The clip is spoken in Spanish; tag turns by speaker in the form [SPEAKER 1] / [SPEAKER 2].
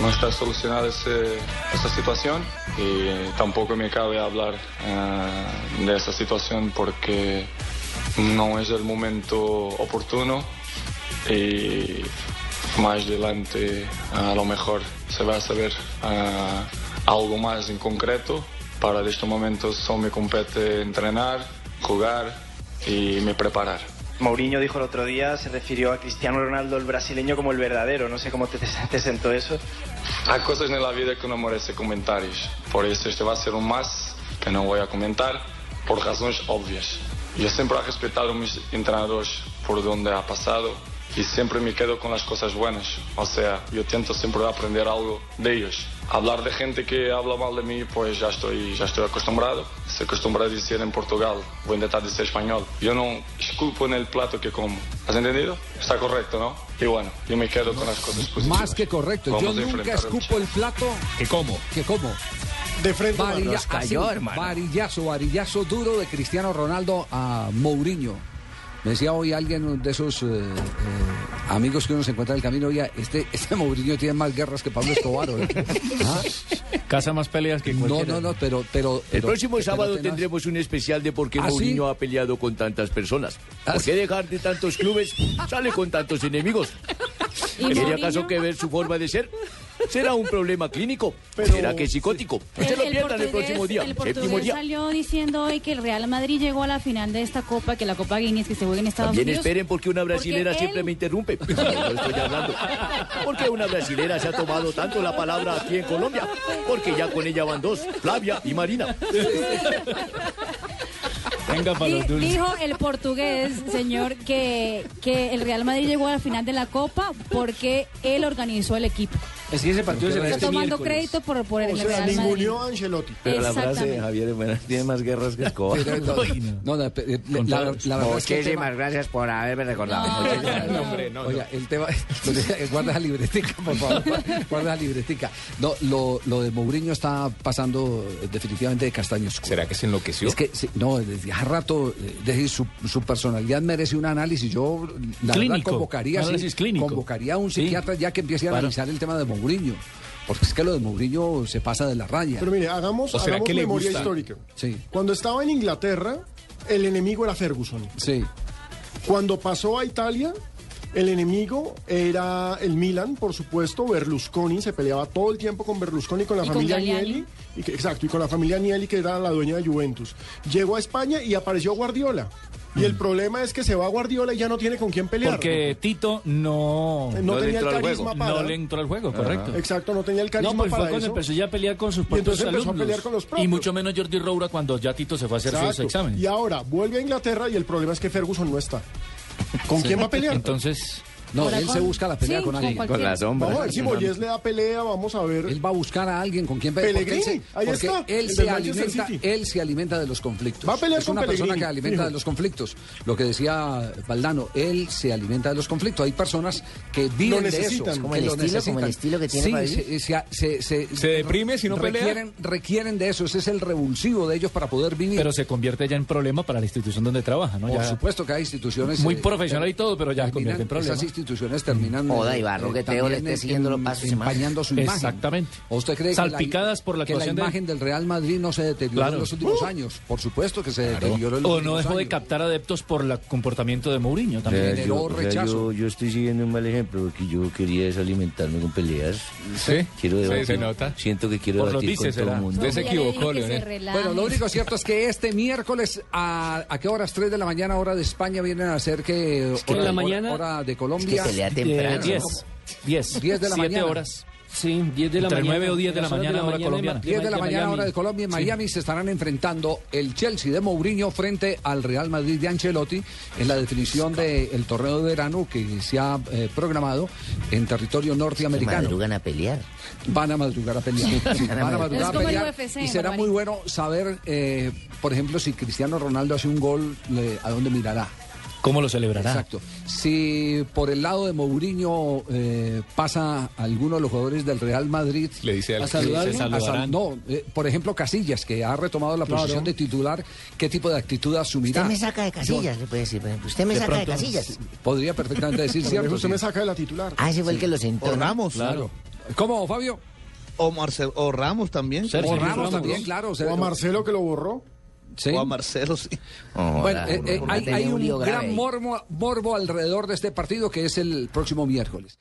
[SPEAKER 1] no está solucionada esta situación y tampoco me cabe hablar uh, de esa situación porque no es el momento oportuno y más adelante eh, a lo mejor se va a saber uh, algo más en concreto. Para este momento solo me compete entrenar, jugar y me preparar.
[SPEAKER 2] Mourinho dijo el otro día, se refirió a Cristiano Ronaldo el brasileño como el verdadero. No sé cómo te, te sentó eso.
[SPEAKER 1] Hay cosas en la vida que no merecen comentarios. Por eso este va a ser un más que no voy a comentar por razones obvias. Yo siempre he respetado a mis entrenadores por donde ha pasado y siempre me quedo con las cosas buenas. O sea, yo intento siempre aprender algo de ellos. Hablar de gente que habla mal de mí, pues ya estoy, ya estoy acostumbrado. Se acostumbra a decir en Portugal, voy a intentar decir español. Yo no escupo en el plato que como. ¿Has entendido? Está correcto, ¿no? Y bueno, yo me quedo con las cosas positivas.
[SPEAKER 3] Más que correcto.
[SPEAKER 1] Pues Vamos a
[SPEAKER 3] yo nunca
[SPEAKER 1] enfrentar el
[SPEAKER 3] escupo el plato
[SPEAKER 4] ¿Qué como?
[SPEAKER 3] que como.
[SPEAKER 5] De frente.
[SPEAKER 3] Varilla-
[SPEAKER 4] nos cayó, hermano.
[SPEAKER 3] Varillazo, varillazo duro de Cristiano Ronaldo a Mourinho. Me decía hoy alguien de esos eh, eh, amigos que uno se encuentra en el camino, oye, este, este Mourinho tiene más guerras que Pablo Escobar. ¿eh? ¿Ah?
[SPEAKER 4] Casa más peleas que
[SPEAKER 3] No,
[SPEAKER 4] cualquiera.
[SPEAKER 3] no, no, pero... pero
[SPEAKER 6] El
[SPEAKER 3] pero-
[SPEAKER 6] próximo
[SPEAKER 3] pero
[SPEAKER 6] sábado
[SPEAKER 3] tenaz.
[SPEAKER 6] tendremos un especial de por qué
[SPEAKER 3] ¿Ah, sí?
[SPEAKER 6] Mourinho ha peleado con tantas personas.
[SPEAKER 3] ¿Ah,
[SPEAKER 6] ¿Por
[SPEAKER 3] sí?
[SPEAKER 6] qué dejar de tantos clubes? Sale con tantos enemigos.
[SPEAKER 7] ¿Y
[SPEAKER 6] ¿Tiene
[SPEAKER 7] Mourinho?
[SPEAKER 6] acaso que ver su forma de ser? ¿Será un problema clínico?
[SPEAKER 5] Pero-
[SPEAKER 6] ¿Será que es psicótico? No se lo pierdan el próximo día,
[SPEAKER 7] el
[SPEAKER 6] séptimo
[SPEAKER 7] portugués
[SPEAKER 6] día.
[SPEAKER 7] salió diciendo hoy que el Real Madrid llegó a la final de esta Copa, que la Copa Guinness que se juega en Estados
[SPEAKER 6] También
[SPEAKER 7] Unidos.
[SPEAKER 6] esperen porque una brasilera
[SPEAKER 7] él-
[SPEAKER 6] siempre me interrumpe. No estoy hablando. Porque una brasilera se ha tomado tanto la palabra aquí en Colombia. Porque ya con ella van dos, Flavia y Marina.
[SPEAKER 4] Venga para los
[SPEAKER 7] Di-
[SPEAKER 4] dulces.
[SPEAKER 7] dijo el portugués, señor, que, que el Real Madrid llegó a la final de la Copa porque él organizó el equipo.
[SPEAKER 8] Es que ese partido será
[SPEAKER 7] Está
[SPEAKER 8] este
[SPEAKER 7] tomando
[SPEAKER 8] miércoles.
[SPEAKER 7] crédito por, por el
[SPEAKER 5] O sea,
[SPEAKER 7] Real Madrid.
[SPEAKER 5] ninguneó a Ancelotti.
[SPEAKER 6] Pero la frase de
[SPEAKER 7] Exactamente.
[SPEAKER 6] Javier es buena. Tiene más guerras que Escobar.
[SPEAKER 3] Pero, no, no, no, pe- eh, la, la- la verdad es que el tema-
[SPEAKER 6] gracias por haberme recordado.
[SPEAKER 3] No, Oiga, el tema, lo de- guarda la libretica, por favor, guarda la libretica. No, lo, lo de Mourinho está pasando eh, definitivamente de castaño oscuro.
[SPEAKER 4] ¿Será que se enloqueció?
[SPEAKER 3] Es que, sí, no, desde hace rato, eh, es decir, su, su personalidad merece un análisis. Yo, la verdad,
[SPEAKER 4] Clínico,
[SPEAKER 3] convocaría,
[SPEAKER 4] un
[SPEAKER 3] sí,
[SPEAKER 4] análisis clínico.
[SPEAKER 3] convocaría a un
[SPEAKER 4] Sí.
[SPEAKER 3] psiquiatra ya que empiece a
[SPEAKER 4] Claro.
[SPEAKER 3] analizar el tema de Mourinho. Porque es que lo de Mourinho se pasa de la raya.
[SPEAKER 5] Pero mire, hagamos,
[SPEAKER 4] ¿O será
[SPEAKER 5] hagamos
[SPEAKER 4] que le
[SPEAKER 5] memoria
[SPEAKER 4] gusta?
[SPEAKER 5] histórica.
[SPEAKER 3] Sí.
[SPEAKER 5] Cuando estaba en Inglaterra, el enemigo era Ferguson.
[SPEAKER 3] Sí,
[SPEAKER 5] Cuando pasó a Italia, el enemigo era el Milan, por supuesto, Berlusconi, se peleaba todo el tiempo con Berlusconi, con la
[SPEAKER 7] Y con
[SPEAKER 5] familia
[SPEAKER 7] Galliani.
[SPEAKER 5] Agnelli, y que- exacto, y con la familia Agnelli, que era la dueña de Juventus. Llegó a España y apareció Guardiola. Y el problema es que se va Guardiola y ya no tiene con quién pelear.
[SPEAKER 4] Porque Tito no,
[SPEAKER 5] no,
[SPEAKER 4] no,
[SPEAKER 6] le
[SPEAKER 5] tenía el
[SPEAKER 6] entró al
[SPEAKER 5] carisma para.
[SPEAKER 4] le entró al
[SPEAKER 3] Ah.
[SPEAKER 4] juego, correcto.
[SPEAKER 5] Exacto, no tenía el carisma
[SPEAKER 8] No, pues fue
[SPEAKER 5] para
[SPEAKER 8] cuando
[SPEAKER 5] eso.
[SPEAKER 8] empezó ya a pelear con sus
[SPEAKER 5] Y entonces
[SPEAKER 8] propios
[SPEAKER 5] empezó a
[SPEAKER 8] alumnos.
[SPEAKER 5] pelear con los propios.
[SPEAKER 4] Y mucho menos Jordi Roura cuando ya Tito se fue a hacer sus
[SPEAKER 5] Exacto.
[SPEAKER 4] exámenes.
[SPEAKER 5] Y ahora vuelve a Inglaterra y el problema es que Ferguson no está. ¿Con quién va a pelear?
[SPEAKER 4] Entonces,
[SPEAKER 3] no,
[SPEAKER 7] Ahora
[SPEAKER 3] él
[SPEAKER 7] con-
[SPEAKER 3] se busca la pelea
[SPEAKER 7] sí,
[SPEAKER 3] con alguien.
[SPEAKER 7] cualquier-
[SPEAKER 6] Con la sombra.
[SPEAKER 5] vamos a ver si Moyes le da pelea, vamos a ver.
[SPEAKER 3] Él va a buscar a alguien con quien pelear. porque él se-
[SPEAKER 5] Pellegrini, ahí
[SPEAKER 3] porque
[SPEAKER 5] está,
[SPEAKER 3] él
[SPEAKER 5] el
[SPEAKER 3] se,
[SPEAKER 5] del Manchester
[SPEAKER 3] alimenta,
[SPEAKER 5] City.
[SPEAKER 3] él se alimenta de los conflictos.
[SPEAKER 5] Va a pelear
[SPEAKER 3] es
[SPEAKER 5] con
[SPEAKER 3] una persona
[SPEAKER 5] Pellegrini,
[SPEAKER 3] que alimenta
[SPEAKER 5] fijo.
[SPEAKER 3] de los conflictos. Lo que decía Valdano, él se alimenta de los conflictos. Hay personas que viven de eso.
[SPEAKER 5] necesitan.
[SPEAKER 9] Como
[SPEAKER 3] que
[SPEAKER 9] el
[SPEAKER 3] lo
[SPEAKER 9] estilo, como
[SPEAKER 3] necesitan.
[SPEAKER 9] el estilo que tiene
[SPEAKER 3] Sí,
[SPEAKER 9] Madrid.
[SPEAKER 3] se, se- se- se-
[SPEAKER 4] ¿Se deprime si no pelea?
[SPEAKER 3] requieren, Requieren de eso. Ese es el revulsivo de ellos para poder vivir.
[SPEAKER 4] pero se convierte ya en problema para la institución donde trabaja, ¿no?
[SPEAKER 3] Por
[SPEAKER 4] Ya-
[SPEAKER 3] supuesto que hay instituciones. eh,
[SPEAKER 4] Muy profesional y todo, pero ya
[SPEAKER 3] terminan-
[SPEAKER 4] convierte en problema.
[SPEAKER 3] Esas instituciones terminan. eh,
[SPEAKER 9] Oda y Barroqueteo
[SPEAKER 3] también
[SPEAKER 9] le esté
[SPEAKER 3] en-
[SPEAKER 9] siguiendo los
[SPEAKER 3] en-
[SPEAKER 9] pasos y más.
[SPEAKER 3] Empañando su imagen.
[SPEAKER 4] Exactamente.
[SPEAKER 3] ¿O usted cree que la-
[SPEAKER 4] Salpicadas por la
[SPEAKER 3] que la
[SPEAKER 4] actuación de-
[SPEAKER 3] imagen del Real Madrid no se deterioró
[SPEAKER 4] Claro. ¡Uh!
[SPEAKER 3] en los últimos años? Por supuesto que se deterioró en los
[SPEAKER 4] O no
[SPEAKER 3] últimos
[SPEAKER 4] dejó de
[SPEAKER 3] años.
[SPEAKER 4] captar adeptos por el comportamiento de Mourinho también.
[SPEAKER 3] generó rechazo.
[SPEAKER 6] yo, yo estoy siguiendo un mal ejemplo, porque yo quería es alimentarme con peleas.
[SPEAKER 4] Sí,
[SPEAKER 6] Quiero debatir.
[SPEAKER 4] se nota.
[SPEAKER 6] Siento que quiero
[SPEAKER 4] Por los
[SPEAKER 6] debatir con
[SPEAKER 4] dices,
[SPEAKER 6] todo el
[SPEAKER 4] será.
[SPEAKER 6] mundo.
[SPEAKER 7] No,
[SPEAKER 4] Usted se
[SPEAKER 7] ya le dije
[SPEAKER 4] equivocó,
[SPEAKER 7] que se
[SPEAKER 4] Leonel.
[SPEAKER 7] relaje.
[SPEAKER 3] Bueno, lo único cierto es que este miércoles, ¿a, a qué horas? 3 de la mañana, hora de España, vienen a hacer que.
[SPEAKER 8] que
[SPEAKER 3] hora,
[SPEAKER 8] en la mañana-
[SPEAKER 3] Hora, hora de
[SPEAKER 9] Es que
[SPEAKER 3] Colombia.
[SPEAKER 9] pelea
[SPEAKER 4] Eh,
[SPEAKER 9] temprano.
[SPEAKER 4] 10, 10,
[SPEAKER 3] 10 de la
[SPEAKER 4] 7
[SPEAKER 3] mañana.
[SPEAKER 4] horas.
[SPEAKER 8] Sí, 10 de la
[SPEAKER 4] Entre
[SPEAKER 8] mañana.
[SPEAKER 4] nueve o diez de la
[SPEAKER 8] Las horas
[SPEAKER 4] mañana, hora
[SPEAKER 8] en
[SPEAKER 4] colombiana.
[SPEAKER 8] Ma-
[SPEAKER 3] 10 de la mañana,
[SPEAKER 8] Miami.
[SPEAKER 3] hora de Colombia, en Miami se estarán enfrentando el Chelsea de Mourinho frente al Real Madrid de Ancelotti en la definición del torneo de verano que se ha eh, programado en territorio norteamericano.
[SPEAKER 9] Madrugan a pelear.
[SPEAKER 3] Van a madrugar a pelear. Sí, van a madrugar a
[SPEAKER 7] Es como el
[SPEAKER 3] pelear.
[SPEAKER 7] UFC,
[SPEAKER 3] Y será
[SPEAKER 7] Barbarita.
[SPEAKER 3] muy bueno saber, eh, por ejemplo, si Cristiano Ronaldo hace un gol, le- a dónde mirará.
[SPEAKER 4] ¿Cómo lo celebrará?
[SPEAKER 3] Exacto. Si por el lado de Mourinho eh, pasa alguno de los jugadores del Real Madrid
[SPEAKER 4] Le dice al
[SPEAKER 8] ¿A saludarlo?
[SPEAKER 4] se
[SPEAKER 3] a sal-
[SPEAKER 4] saludarán.
[SPEAKER 3] no, eh, por ejemplo, Casillas, que ha retomado la posición de titular, ¿qué tipo de actitud asumirá?
[SPEAKER 9] Usted me saca de casillas, le puede decir. por ejemplo. Usted me saca de casillas.
[SPEAKER 3] Podría perfectamente decir
[SPEAKER 5] Por ejemplo,
[SPEAKER 3] cierto.
[SPEAKER 5] usted
[SPEAKER 3] sí.
[SPEAKER 5] me saca de la titular.
[SPEAKER 9] Ah, ese fue el que lo sentó. ¿no?
[SPEAKER 3] Claro. ¿Cómo, Fabio?
[SPEAKER 10] O, Marcelo, o Ramos también.
[SPEAKER 3] Sergio O Ramos Ramos. también, claro, o sea,
[SPEAKER 5] O a Marcelo que lo borró.
[SPEAKER 3] Sí.
[SPEAKER 10] O a Marcelo, sí.
[SPEAKER 3] Bueno, eh, eh,
[SPEAKER 9] por
[SPEAKER 3] hay,
[SPEAKER 9] tener
[SPEAKER 3] hay
[SPEAKER 9] un
[SPEAKER 3] un
[SPEAKER 9] lío grave
[SPEAKER 3] gran
[SPEAKER 9] ahí.
[SPEAKER 3] morbo, morbo alrededor de este partido que es el próximo miércoles.